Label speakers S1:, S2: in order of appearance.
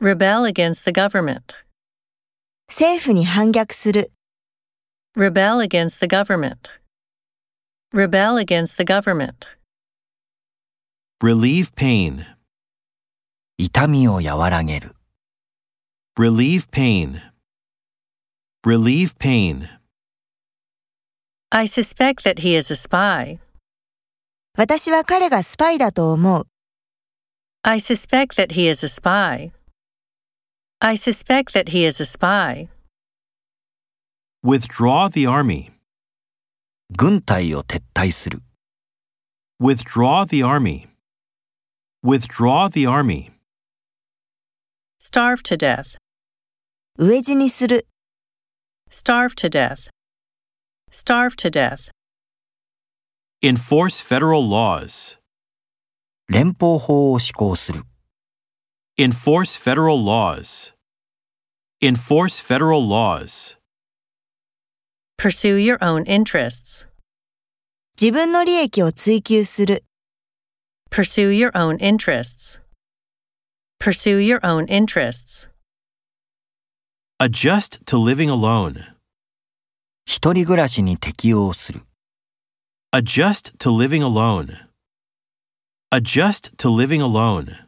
S1: Rebel against the government.
S2: 政府に反逆する、
S1: Rebel against the government. Rebel against the government.
S3: Relieve pain.
S4: 痛みを和らげる。
S3: Relieve pain. Relieve pain.
S1: I suspect that he is a spy.
S2: 私は彼がスパイだと思う、
S1: I suspect that he is a spy. I suspect that he is a spy.
S3: Withdraw the army.
S4: 軍隊を撤退する。
S3: Withdraw the army. Withdraw the army.
S1: Starve to death.
S2: 飢え死にする、
S1: Starve to death. Starve to death.
S3: Enforce federal laws.
S4: 連邦法を施行する。
S3: Enforce federal laws. Enforce federal laws.
S1: Pursue your own interests.
S2: 自分の利益を追求する、
S1: Pursue your own interests. Pursue your own interests.
S3: Adjust to living alone.
S4: 一人暮らしに適応する。
S3: Adjust to living alone. Adjust to living alone.